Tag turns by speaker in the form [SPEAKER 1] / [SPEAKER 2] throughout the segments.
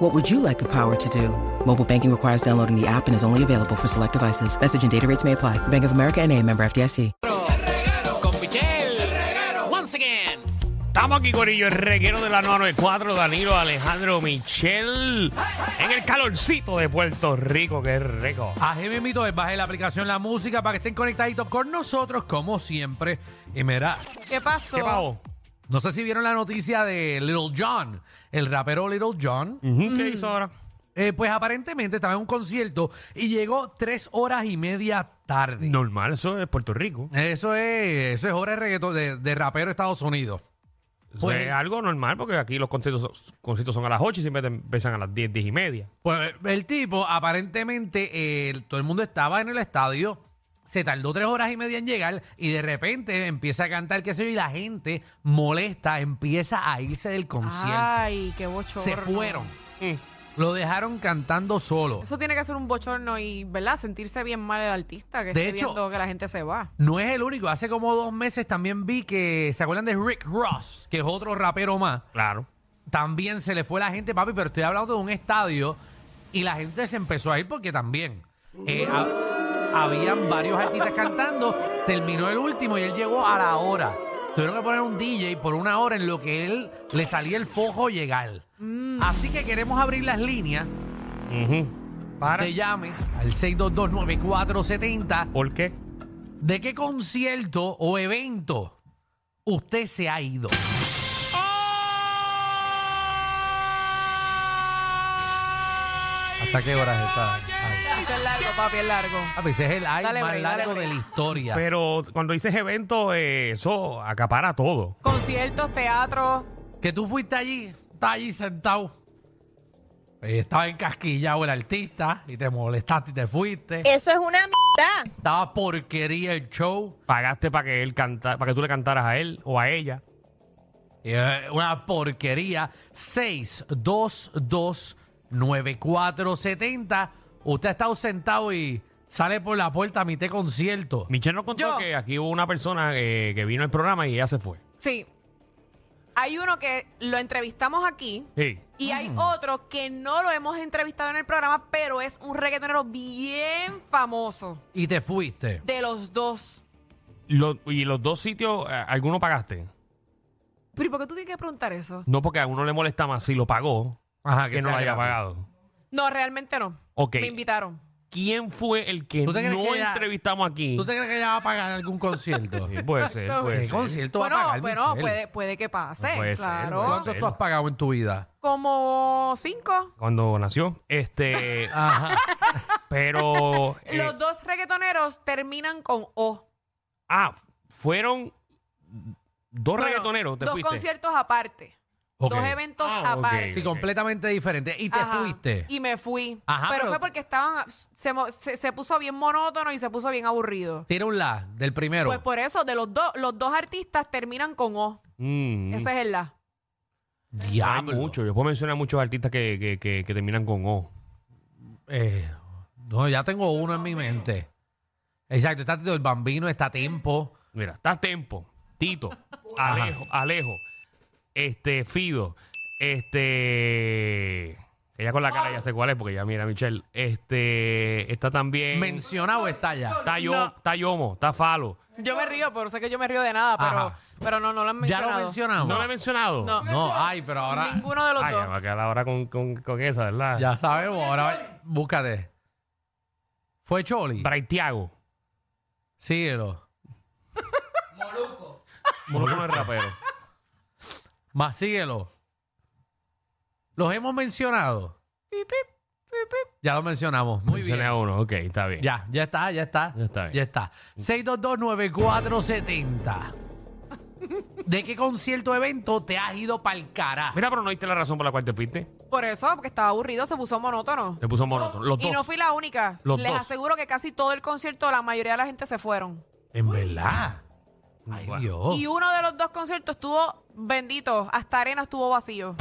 [SPEAKER 1] What would you like the power to do? Mobile banking requires downloading the app and is only available for select devices. Message and data rates may apply. Bank of America and a member FDIC.
[SPEAKER 2] con Michelle. Once again. Estamos aquí, Corillo, el reguero de la 994, Danilo Alejandro Michel, en el calorcito de Puerto Rico, que rico.
[SPEAKER 3] Así mismito es, baje la aplicación La Música para que estén conectaditos con nosotros, como siempre. Y mira,
[SPEAKER 4] ¿Qué pasó?
[SPEAKER 2] ¿Qué pavo?
[SPEAKER 3] no sé si vieron la noticia de Little John, el rapero Little John.
[SPEAKER 2] ¿Qué hizo ahora?
[SPEAKER 3] Eh, pues aparentemente estaba en un concierto y llegó tres horas y media tarde.
[SPEAKER 2] Normal, eso es Puerto Rico.
[SPEAKER 3] Eso es, eso es hora de reggaetón de, de rapero de Estados Unidos.
[SPEAKER 2] Eso
[SPEAKER 3] Pues-
[SPEAKER 2] es algo normal, porque aquí los conciertos, son- conciertos son a las 8 y siempre te empiezan a las 10, 10 y media.
[SPEAKER 3] Pues el tipo, aparentemente, eh, todo el mundo estaba en el estadio, se tardó tres horas y media en llegar y de repente empieza a cantar, qué sé yo, y la gente molesta, empieza a irse del concierto.
[SPEAKER 4] Ay, qué bochorno.
[SPEAKER 3] se fueron. Lo dejaron cantando solo.
[SPEAKER 4] Eso tiene que ser un bochorno y, ¿verdad? Sentirse bien mal el artista que
[SPEAKER 3] De
[SPEAKER 4] esté
[SPEAKER 3] hecho-
[SPEAKER 4] viendo que la gente se va.
[SPEAKER 3] No es el único. Hace como dos meses también vi que, ¿se acuerdan de Rick Ross? Que es otro rapero más.
[SPEAKER 2] Claro.
[SPEAKER 3] También se le fue la gente, papi, pero estoy hablando de un estadio y la gente se empezó a ir porque también. eh, ha- habían varios artistas cantando, terminó el último y él llegó a la hora. Tuvieron que poner un DJ por una hora en lo que él le salía el fojo llegar. Así que queremos abrir las líneas.
[SPEAKER 2] Ujú. Para.
[SPEAKER 3] Te llames al 6229470
[SPEAKER 2] ¿Por qué?
[SPEAKER 3] ¿De qué concierto o evento usted se ha ido? ¿Hasta qué horas está? Ay,
[SPEAKER 4] Eso es largo, papi, es largo.
[SPEAKER 3] papi, ese es el aire
[SPEAKER 4] Dale,
[SPEAKER 3] más
[SPEAKER 4] break,
[SPEAKER 3] largo
[SPEAKER 4] dale,
[SPEAKER 3] de la
[SPEAKER 4] break.
[SPEAKER 3] historia.
[SPEAKER 2] Pero cuando dices evento, eh, eso acapara todo.
[SPEAKER 4] Conciertos, teatros.
[SPEAKER 3] que tú fuiste allí, está allí sentado. eh, Estaba encasquillado el artista y te molestaste y te fuiste.
[SPEAKER 5] Eso es una mierda.
[SPEAKER 3] Estaba porquería el show.
[SPEAKER 2] Pagaste para que él canta, para que tú le cantaras a él o a ella.
[SPEAKER 3] Eh, Una porquería. 6229470. Usted ha estado sentado y sale por la puerta a mi té concierto.
[SPEAKER 2] Michelle nos contó
[SPEAKER 4] Yo.
[SPEAKER 2] que aquí hubo una persona eh, que vino al programa y ella se fue.
[SPEAKER 4] Sí. Hay uno que lo entrevistamos aquí
[SPEAKER 2] Sí.
[SPEAKER 4] y
[SPEAKER 3] Mm.
[SPEAKER 4] hay otro que no lo hemos entrevistado en el programa, pero es un reggaetonero bien famoso
[SPEAKER 3] Y te fuiste.
[SPEAKER 4] de los dos.
[SPEAKER 2] Lo- y los dos sitios, eh, ¿alguno pagaste?
[SPEAKER 4] Pero ¿y por qué tú tienes que preguntar eso?
[SPEAKER 2] No, porque a uno le molesta más si lo pagó
[SPEAKER 3] Ajá,
[SPEAKER 2] que no lo haya pagado.
[SPEAKER 4] No, realmente no.
[SPEAKER 2] Ok.
[SPEAKER 4] Me invitaron.
[SPEAKER 2] ¿Quién fue el que no
[SPEAKER 3] ¿Tú te crees que ella-
[SPEAKER 2] entrevistamos aquí?
[SPEAKER 3] ¿Tú te Eh, crees que ella va a pagar algún concierto?
[SPEAKER 2] Sí, puede ser, puede
[SPEAKER 3] ¿Qué
[SPEAKER 2] ser.
[SPEAKER 3] concierto
[SPEAKER 4] bueno,
[SPEAKER 3] va a pagar?
[SPEAKER 4] bueno,
[SPEAKER 3] Michelle?
[SPEAKER 4] puede, puede que pase,
[SPEAKER 2] No puede ser,
[SPEAKER 4] claro.
[SPEAKER 2] puede
[SPEAKER 3] ¿Cuánto tú has pagado en tu vida?
[SPEAKER 4] Como cinco.
[SPEAKER 2] Cuando nació. Este,
[SPEAKER 3] Ajá.
[SPEAKER 2] pero... eh,
[SPEAKER 4] Los dos reggaetoneros terminan con O.
[SPEAKER 2] ah, fueron dos
[SPEAKER 4] Bueno,
[SPEAKER 2] reggaetoneros, te
[SPEAKER 4] Dos
[SPEAKER 2] fuiste.
[SPEAKER 4] conciertos aparte.
[SPEAKER 3] Ok.
[SPEAKER 4] Dos eventos
[SPEAKER 2] Ah, ok.
[SPEAKER 4] aparte.
[SPEAKER 3] Sí, completamente diferente. Y te
[SPEAKER 4] Ajá.
[SPEAKER 3] fuiste.
[SPEAKER 4] Y me fui.
[SPEAKER 3] Ajá,
[SPEAKER 4] pero,
[SPEAKER 3] pero-
[SPEAKER 4] fue porque estaban. Se, mo- se, se puso bien monótono y se puso bien aburrido.
[SPEAKER 3] Tira un la del primero.
[SPEAKER 4] Pues por eso, de los dos, los dos artistas terminan con O.
[SPEAKER 2] Mm.
[SPEAKER 4] Ese es el la. pues,
[SPEAKER 2] Hay
[SPEAKER 3] Diablo.
[SPEAKER 2] mucho. Yo puedo mencionar muchos artistas que, que- que- que terminan con O.
[SPEAKER 3] Eh, no, ya tengo uno en mi mente. Exacto, está Tito el Bambino, está Tempo.
[SPEAKER 2] Mira, está Tempo, Tito, Alejo, Alejo, este, Fido, este. que ya con la cara ya sé cuál es, porque ya mira, Michelle. Este, está también.
[SPEAKER 3] ¿Mencionado está ya?
[SPEAKER 2] está, Yo-
[SPEAKER 4] No.
[SPEAKER 2] está Yomo, está Falo.
[SPEAKER 4] Yo me río, pero sé que yo me río de nada, pero,
[SPEAKER 3] Ajá.
[SPEAKER 4] pero no, no lo han
[SPEAKER 3] ¿Ya
[SPEAKER 4] mencionado.
[SPEAKER 3] lo mencionamos?
[SPEAKER 2] ¿No lo he mencionado?
[SPEAKER 4] No.
[SPEAKER 3] No, ay, pero ahora...
[SPEAKER 4] Ninguno de los
[SPEAKER 2] Ay, ya
[SPEAKER 4] dos.
[SPEAKER 2] va a quedar ahora con, con, con esa, ¿verdad?
[SPEAKER 3] Ya sabemos, ahora búscate. ¿Fue Choli?
[SPEAKER 2] Braithiago.
[SPEAKER 3] Síguelo.
[SPEAKER 2] Moluco no es rapero.
[SPEAKER 3] Más síguelo. ¿Los hemos mencionado?
[SPEAKER 4] Pip, pip, pip, pip.
[SPEAKER 3] Ya lo mencionamos. Muy
[SPEAKER 2] Mencioné
[SPEAKER 3] bien.
[SPEAKER 2] a uno, ok, está bien.
[SPEAKER 3] Ya, ya está, ya está.
[SPEAKER 2] Ya está bien.
[SPEAKER 3] Ya está. 6229470. ¿De qué concierto o evento te has ido para el carajo?
[SPEAKER 2] Mira, pero no diste la razón por la cual te fuiste.
[SPEAKER 4] Por eso, porque estaba aburrido, se puso monótono.
[SPEAKER 2] Te puso monótono. Los
[SPEAKER 4] Y
[SPEAKER 2] dos.
[SPEAKER 4] no fui la única.
[SPEAKER 2] Los
[SPEAKER 4] Les
[SPEAKER 2] dos.
[SPEAKER 4] aseguro que casi todo el concierto, la mayoría de la gente se fueron.
[SPEAKER 3] En verdad. Ay,
[SPEAKER 2] Wow.
[SPEAKER 3] Dios.
[SPEAKER 4] Y uno de los dos conciertos estuvo bendito, hasta Arena estuvo vacío.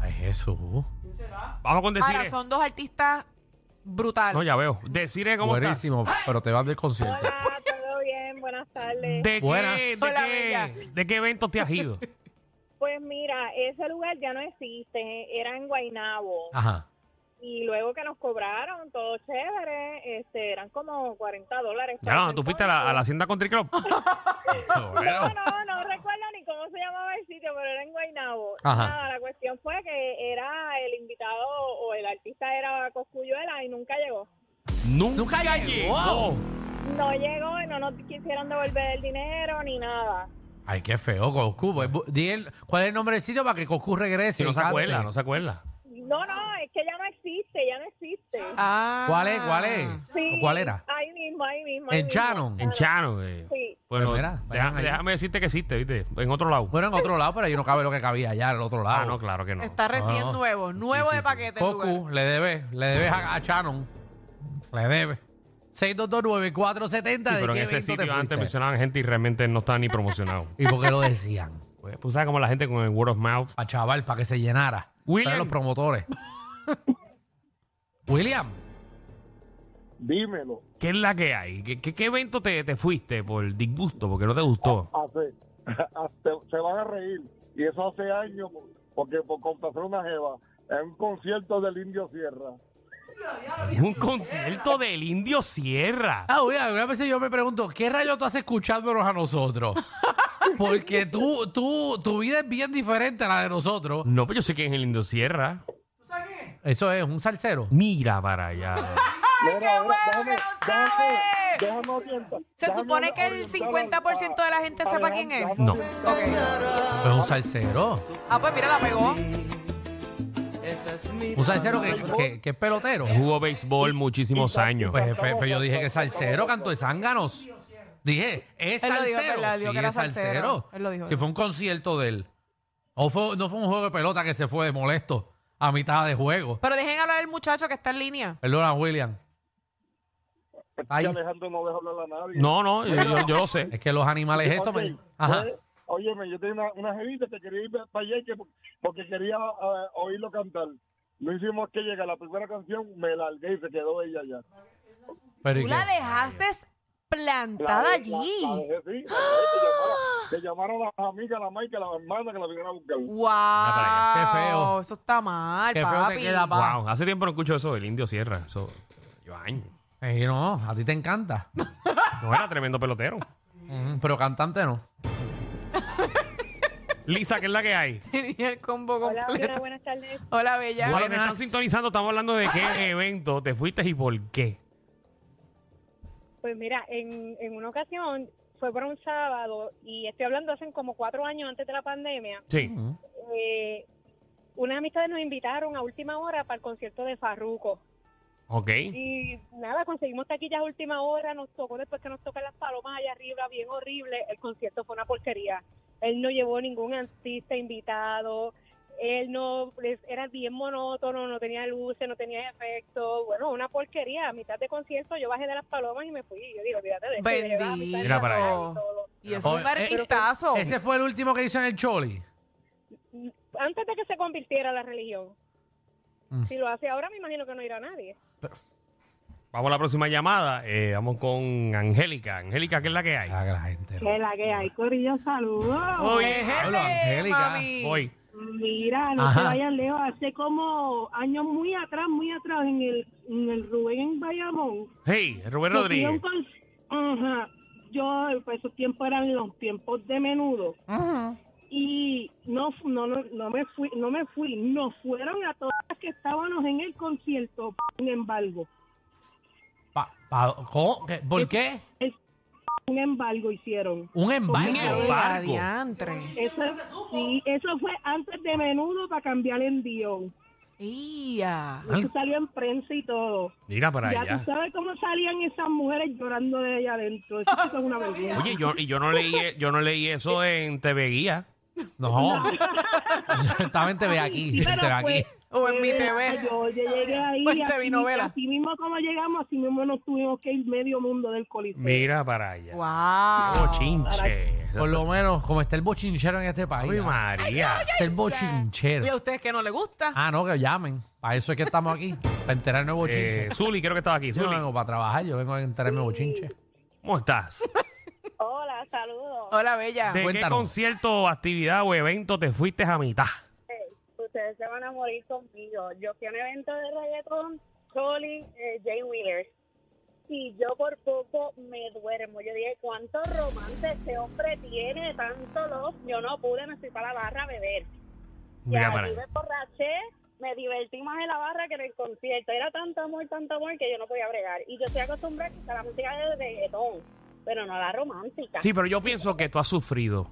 [SPEAKER 3] Ay, Jesús.
[SPEAKER 2] Vamos con
[SPEAKER 4] Ahora
[SPEAKER 2] Desiree.
[SPEAKER 4] son dos artistas brutales.
[SPEAKER 2] No, ya veo. Desiree, ¿cómo
[SPEAKER 3] Buenísimo, pero te vas del concierto.
[SPEAKER 5] Hola, todo bien, buenas tardes.
[SPEAKER 2] estás? ¿De
[SPEAKER 3] Buenas.
[SPEAKER 2] qué, de,
[SPEAKER 4] Hola,
[SPEAKER 2] qué,
[SPEAKER 4] bella.
[SPEAKER 2] ¿De qué evento te has ido?
[SPEAKER 5] Pues mira, ese lugar ya no existe, era en Guainabo.
[SPEAKER 3] Ajá.
[SPEAKER 5] Y luego que nos cobraron, todo chévere, este, eran como 40 dólares.
[SPEAKER 2] ya no, tú fuiste a la, a la hacienda Country Club.
[SPEAKER 5] No,
[SPEAKER 3] Bueno.
[SPEAKER 5] no, no recuerdo ni cómo se llamaba el sitio, pero era en Guainabo.
[SPEAKER 3] Ajá.
[SPEAKER 5] Nada, la cuestión fue que era el invitado o el artista era Coscuyuela y nunca llegó.
[SPEAKER 2] Nunca llegó.
[SPEAKER 5] No llegó y no nos quisieron devolver el dinero ni nada.
[SPEAKER 3] Ay, qué feo, Coscu. Pues, bu- di el- ¿Cuál es el nombre del sitio para que Coscu regrese?
[SPEAKER 2] Si no
[SPEAKER 3] y
[SPEAKER 2] se
[SPEAKER 3] cante?
[SPEAKER 2] acuerda, no se acuerda.
[SPEAKER 5] No, no, es que ya no existe, ya no existe.
[SPEAKER 4] Ah.
[SPEAKER 3] ¿Cuál es? ¿Cuál es?
[SPEAKER 5] Sí,
[SPEAKER 3] ¿O ¿Cuál era?
[SPEAKER 5] Ahí mismo, ahí mismo. ahí
[SPEAKER 3] En
[SPEAKER 5] mismo.
[SPEAKER 3] Shannon.
[SPEAKER 2] En Chano. eh.
[SPEAKER 5] Sí.
[SPEAKER 2] Bueno,
[SPEAKER 3] Pues mira, vayan
[SPEAKER 2] déjame,
[SPEAKER 3] ahí.
[SPEAKER 2] déjame decirte que existe, ¿viste? En otro lado.
[SPEAKER 3] Bueno, en otro lado, pero ahí no cabe lo que cabía allá, en el otro lado.
[SPEAKER 2] Ah, no, claro que no.
[SPEAKER 4] Está recién
[SPEAKER 3] Ah.
[SPEAKER 4] nuevo, nuevo
[SPEAKER 2] sí,
[SPEAKER 4] de
[SPEAKER 2] sí.
[SPEAKER 4] paquete. el lugar.
[SPEAKER 3] Cocu, le debes, le debes a, a Shannon. Le debes. 6229470
[SPEAKER 2] Sí,
[SPEAKER 3] de
[SPEAKER 2] pero en
[SPEAKER 3] qué
[SPEAKER 2] ese
[SPEAKER 3] evento te
[SPEAKER 2] sitio antes
[SPEAKER 3] fuiste?
[SPEAKER 2] mencionaban gente y realmente no estaba ni promocionado.
[SPEAKER 3] ¿Y por qué lo decían?
[SPEAKER 2] Pues, tú sabes como la gente con el word of mouth.
[SPEAKER 3] A chaval, para que se llenara.
[SPEAKER 2] William.
[SPEAKER 3] Para los promotores. William,
[SPEAKER 6] Dímelo.
[SPEAKER 2] ¿Qué es la que hay? ¿Qué, qué, qué evento te, te fuiste por disgusto? Porque no te gustó.
[SPEAKER 6] Hace, hace- se van a reír. Y eso hace años, porque por complacer una jeva, en un concierto del Indio Sierra.
[SPEAKER 2] Un concierto del Indio Sierra.
[SPEAKER 3] ah, oye, algunas veces yo me pregunto, ¿qué rayos tú haces escuchándonos a nosotros? Porque tú, tú, tu vida es bien diferente a la de nosotros.
[SPEAKER 2] No, pero yo sé quién es el Indio Sierra.
[SPEAKER 3] Eso es, un salsero.
[SPEAKER 2] Mira para allá.
[SPEAKER 6] Mira,
[SPEAKER 4] qué bueno
[SPEAKER 6] déjame-
[SPEAKER 4] que lo
[SPEAKER 6] déjame-
[SPEAKER 4] sabe!
[SPEAKER 6] déjame orientar-
[SPEAKER 4] Se
[SPEAKER 6] déjame
[SPEAKER 4] supone que el
[SPEAKER 6] orientar
[SPEAKER 4] 50% de la gente
[SPEAKER 6] a-
[SPEAKER 4] sepa quién es.
[SPEAKER 6] déjame
[SPEAKER 2] No.
[SPEAKER 6] orientar-
[SPEAKER 4] Ok.
[SPEAKER 3] Es un salsero.
[SPEAKER 4] Ah, pues mira, la pegó.
[SPEAKER 3] Un salsero que, que- que es pelotero.
[SPEAKER 2] Jugó béisbol muchísimos años.
[SPEAKER 3] Pues, pues, pues yo dije que es salsero, canto de zánganos. Dije, es
[SPEAKER 4] Él lo dijo,
[SPEAKER 3] salsero.
[SPEAKER 4] ¿verdad? Dijo
[SPEAKER 3] Sí,
[SPEAKER 4] que era
[SPEAKER 3] es salsero.
[SPEAKER 4] salsero. Él lo dijo.
[SPEAKER 3] Si fue un concierto de él. O fue- no fue un juego de pelota que se fue de molesto a mitad de juego.
[SPEAKER 4] Pero dejen hablar al muchacho que está en línea.
[SPEAKER 3] Perdona, William. Ay.
[SPEAKER 6] Que Alejandro no deja hablar a nadie.
[SPEAKER 2] No, no, yo, yo- yo lo sé.
[SPEAKER 3] Es que los animales estos... me-
[SPEAKER 6] Oye,
[SPEAKER 3] Ajá.
[SPEAKER 6] oye, Eh, óyeme, yo tenía una, una jevita que quería ir para allá y que- porque quería eh, oírlo cantar. No hicimos que llega la primera canción, me largué y se quedó ella allá.
[SPEAKER 3] Pero ¿y
[SPEAKER 4] Tú la
[SPEAKER 3] qué?
[SPEAKER 4] dejaste
[SPEAKER 6] La-
[SPEAKER 4] plantada
[SPEAKER 6] la- la
[SPEAKER 4] allí.
[SPEAKER 6] dejé, sí, la dejé, que llamara- que llamaron a las amigas, a la Mike, a las hermanas que la vinieron a buscar.
[SPEAKER 4] Wow.
[SPEAKER 3] para allá. Qué feo.
[SPEAKER 4] Eso está mal,
[SPEAKER 3] Qué feo te
[SPEAKER 4] papi.
[SPEAKER 3] queda, pa-
[SPEAKER 2] Wow, hace tiempo no escucho eso del Indio Sierra. Eso, yo años.
[SPEAKER 3] Eh, no, a ti te encanta.
[SPEAKER 2] No era tremendo pelotero.
[SPEAKER 3] Mm, pero cantante no.
[SPEAKER 2] Lisa, ¿qué es la que hay?
[SPEAKER 4] Tenía el combo
[SPEAKER 5] Hola,
[SPEAKER 4] completo.
[SPEAKER 5] hola, buenas tardes.
[SPEAKER 4] Hola, bella.
[SPEAKER 2] Para los que
[SPEAKER 3] Buenas.
[SPEAKER 2] están sintonizando, estamos hablando de qué evento te fuiste y por qué.
[SPEAKER 5] Pues mira, en, en una ocasión fue por un sábado y estoy hablando hace como cuatro años antes de la pandemia.
[SPEAKER 2] Sí.
[SPEAKER 3] Mm.
[SPEAKER 5] Eh, unas amistades nos invitaron a última hora para el concierto de Farruco.
[SPEAKER 2] Ok.
[SPEAKER 5] Y nada, conseguimos taquillas a última hora, nos tocó después que nos tocan las palomas allá arriba, bien horrible. El concierto fue una porquería. Él no llevó ningún artista invitado, él no, pues, era bien monótono, no tenía luces, no tenía efectos. Bueno, una porquería. A mitad de concierto yo bajé de las palomas y me fui. Yo digo, fíjate de esto, yo llegaba a mitad de
[SPEAKER 2] Mira para allá.
[SPEAKER 5] concierto y todo.
[SPEAKER 4] Y eso es un
[SPEAKER 3] Oye, eh,
[SPEAKER 4] artistazo.
[SPEAKER 3] Ese fue el último que hizo en el Choli.
[SPEAKER 5] Antes de que se convirtiera la religión.
[SPEAKER 3] Mm.
[SPEAKER 5] Si lo hace ahora, me imagino que no irá nadie.
[SPEAKER 2] Vamos a la próxima llamada. Eh, vamos con Angélica. Angélica, ¿qué es la que hay?
[SPEAKER 3] Ah, que la gente. no.
[SPEAKER 5] Que la que hay, Corillo, saludos.
[SPEAKER 2] Oye,
[SPEAKER 4] Déjele,
[SPEAKER 3] Hola, Angélica.
[SPEAKER 4] mami.
[SPEAKER 2] Voy.
[SPEAKER 5] Mira, no
[SPEAKER 3] Ajá.
[SPEAKER 5] te vayas lejos, hace como años muy atrás, muy atrás, en el, en el Rubén en Bayamón.
[SPEAKER 2] Hey, Rubén
[SPEAKER 5] yo fui a un
[SPEAKER 2] Rodríguez.
[SPEAKER 5] con- Ajá. Yo, pues esos tiempos eran los tiempos de menudo. Y no, fu- no, no, no me fui, no me fui, nos fueron a todas las que estábamos en el concierto, sin embargo.
[SPEAKER 3] Pa- pa- ¿cómo? ¿Qué? ¿Por qué?
[SPEAKER 5] Un embargo hicieron.
[SPEAKER 3] Un embargo.
[SPEAKER 2] Un
[SPEAKER 4] Oiga,
[SPEAKER 2] barco.
[SPEAKER 4] diantre.
[SPEAKER 5] Eso, sí, eso fue antes de menudo para cambiar en Dion.
[SPEAKER 4] Ia.
[SPEAKER 5] Eso salió en prensa y todo.
[SPEAKER 2] Mira para
[SPEAKER 5] Ya
[SPEAKER 2] allá.
[SPEAKER 5] tú sabes cómo salían esas mujeres llorando de allá adentro. Eso es una vergüenza.
[SPEAKER 2] Oye, yo, y yo no leí, yo no leí eso en TV Guía.
[SPEAKER 3] No. Exactamente ve aquí.
[SPEAKER 5] Sí,
[SPEAKER 3] te ve
[SPEAKER 5] pero
[SPEAKER 3] aquí.
[SPEAKER 5] fue,
[SPEAKER 4] O en mi
[SPEAKER 5] Eh,
[SPEAKER 4] TV.
[SPEAKER 5] Yo, yo llegué ahí.
[SPEAKER 4] Pues
[SPEAKER 5] así,
[SPEAKER 4] telenovela.
[SPEAKER 5] así mismo como llegamos, así mismo nos tuvimos que ir medio mundo del coliseo.
[SPEAKER 2] Mira para allá. Oh, Qué
[SPEAKER 4] Wow.
[SPEAKER 2] bochinche.
[SPEAKER 3] Por lo menos, como está el bochinchero en este país.
[SPEAKER 2] Ave
[SPEAKER 3] ah,
[SPEAKER 2] María.
[SPEAKER 3] Está el bochinchero.
[SPEAKER 4] Y a ustedes que no les gusta.
[SPEAKER 3] Ah, no, que llamen. Para eso es que estamos aquí. Para enterarnos de bochinche.
[SPEAKER 2] Eh, Zuli, creo que estaba aquí.
[SPEAKER 3] yo no
[SPEAKER 2] Zuli,
[SPEAKER 3] vengo para trabajar, yo vengo a enterarme de bochinche.
[SPEAKER 2] ¿cómo estás?
[SPEAKER 5] Hola, saludos.
[SPEAKER 4] Hola, bella.
[SPEAKER 2] ¿De qué
[SPEAKER 3] Cuéntanos.
[SPEAKER 2] concierto, actividad o evento te fuiste a mitad?
[SPEAKER 5] Ustedes se van a morir conmigo. Yo fui a un evento de reggaetón, Colin, eh, Jay Wheeler. Y yo por poco me duermo. Yo dije, ¿cuánto romance este hombre tiene? Tanto love. Yo no pude, me fui para la barra a beber. Y
[SPEAKER 2] Mira para
[SPEAKER 5] allí
[SPEAKER 2] allá.
[SPEAKER 5] me borraché, me divertí más en la barra que en el concierto. Era tanto amor, tanto amor que yo no podía bregar. Y yo estoy acostumbrada a la música de reggaetón, pero no a la romántica.
[SPEAKER 2] Sí, pero yo pienso que tú has sufrido.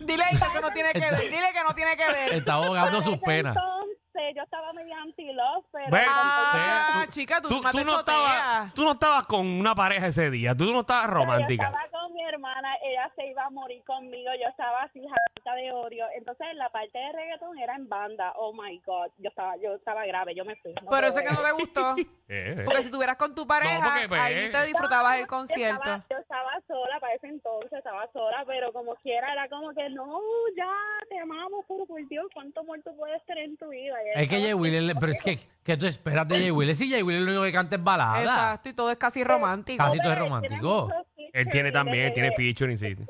[SPEAKER 4] Dile a Isa que no tiene que ver. Dile que no tiene que ver.
[SPEAKER 3] Está ahogando sus penas.
[SPEAKER 5] Entonces yo estaba medio anti-love, pero...
[SPEAKER 2] Ve,
[SPEAKER 4] Ah,
[SPEAKER 2] ve, tú-
[SPEAKER 4] chica, tú,
[SPEAKER 2] Tú,
[SPEAKER 4] más
[SPEAKER 2] tú
[SPEAKER 4] te
[SPEAKER 2] no
[SPEAKER 4] choteas.
[SPEAKER 2] estabas, tú no estabas con una pareja ese día. Tú no estabas romántica.
[SPEAKER 5] Yo estaba con mi hermana, ella se iba a morir conmigo, yo estaba así jalta de odio. Entonces la parte de reggaetón era en banda. Oh my god, yo estaba yo estaba grave, yo me fui. no
[SPEAKER 4] Pero
[SPEAKER 5] puedo
[SPEAKER 4] eso que
[SPEAKER 5] ver.
[SPEAKER 4] no te gustó.
[SPEAKER 2] Eh, eh.
[SPEAKER 4] Porque si estuvieras con tu pareja,
[SPEAKER 2] No, porque, pues,
[SPEAKER 4] ahí te
[SPEAKER 5] No,
[SPEAKER 4] disfrutabas
[SPEAKER 5] yo
[SPEAKER 4] el concierto.
[SPEAKER 5] estaba- yo estaba sola para ese entonces, estaba sola, pero como quiera era como que no, ya te amamos, pero por Dios, cuánto amor tú puedes tener en tu vida. Y
[SPEAKER 3] Es que
[SPEAKER 5] estaba
[SPEAKER 3] Jay Wheeler, pero es que, que tú esperas de Jay Wheeler. Si Jay Wheeler lo único que canta es balada.
[SPEAKER 4] Exacto, y todo es casi romántico.
[SPEAKER 3] Casi
[SPEAKER 5] Pero
[SPEAKER 3] todo es
[SPEAKER 5] él tiene
[SPEAKER 3] romántico.
[SPEAKER 5] muchos featuring
[SPEAKER 2] Él tiene
[SPEAKER 5] de
[SPEAKER 2] también, él tiene
[SPEAKER 5] reggae-
[SPEAKER 2] featuring. Sí.
[SPEAKER 5] sí,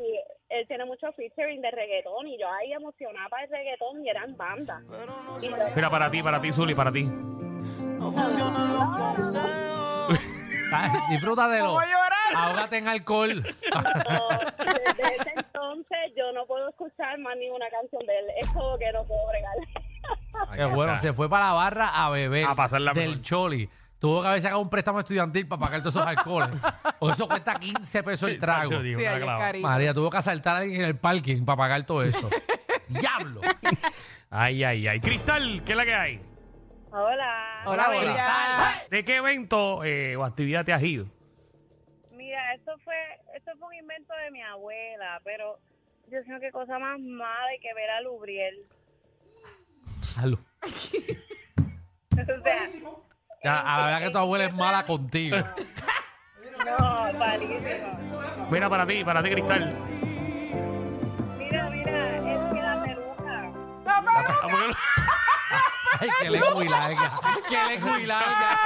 [SPEAKER 5] él tiene mucho featuring de reggaetón y yo ahí emocionada para el reggaetón y eran bandas. Y yo-
[SPEAKER 2] Mira, para ti, para ti, Zuli, para ti.
[SPEAKER 3] Ah, Disfrútatelo.
[SPEAKER 4] ¿Cómo llorar?
[SPEAKER 3] Ahógate en alcohol.
[SPEAKER 5] No, desde ese entonces yo no puedo escuchar más ni una canción de él. Es como que no puedo bregar.
[SPEAKER 3] Qué bueno, se fue para la barra a beber.
[SPEAKER 2] A pasarla
[SPEAKER 3] Del
[SPEAKER 2] mejor.
[SPEAKER 3] choli. Tuvo que haber sacado un préstamo estudiantil para pagar todos esos alcoholes. O eso cuesta 15 pesos el trago.
[SPEAKER 2] Sancho, digo,
[SPEAKER 4] Sí,
[SPEAKER 2] una
[SPEAKER 4] ahí es
[SPEAKER 2] clava.
[SPEAKER 4] carito.
[SPEAKER 3] María, tuvo que asaltar a alguien en el parking para pagar todo eso. ¡Diablo!
[SPEAKER 2] Ay, ay, ay. Cristal, ¿qué es la que hay?
[SPEAKER 5] Hola.
[SPEAKER 4] Hola,
[SPEAKER 3] Hola,
[SPEAKER 4] bella.
[SPEAKER 2] ¿De qué evento eh, o actividad te has ido?
[SPEAKER 5] Mira, esto fue, esto fue un invento de mi abuela, pero yo siento que cosa más mala que ver a Lubriel.
[SPEAKER 3] Aló.
[SPEAKER 5] O sea,
[SPEAKER 3] Ya, a la verdad que tu abuela es mala contigo.
[SPEAKER 5] no, malísimo.
[SPEAKER 2] Mira, para ti, para ti, Cristal.
[SPEAKER 5] Mira, mira, es que la peluca.
[SPEAKER 2] Ah, porque-
[SPEAKER 3] Ay, que le es muy larga. Que le es muy larga.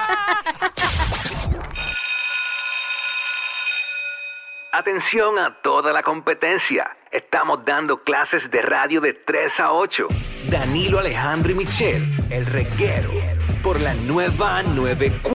[SPEAKER 7] Atención a toda la competencia. Estamos dando clases de radio de 3 a 8. Danilo Alejandro y Michel, el reguero, por la nueva 94.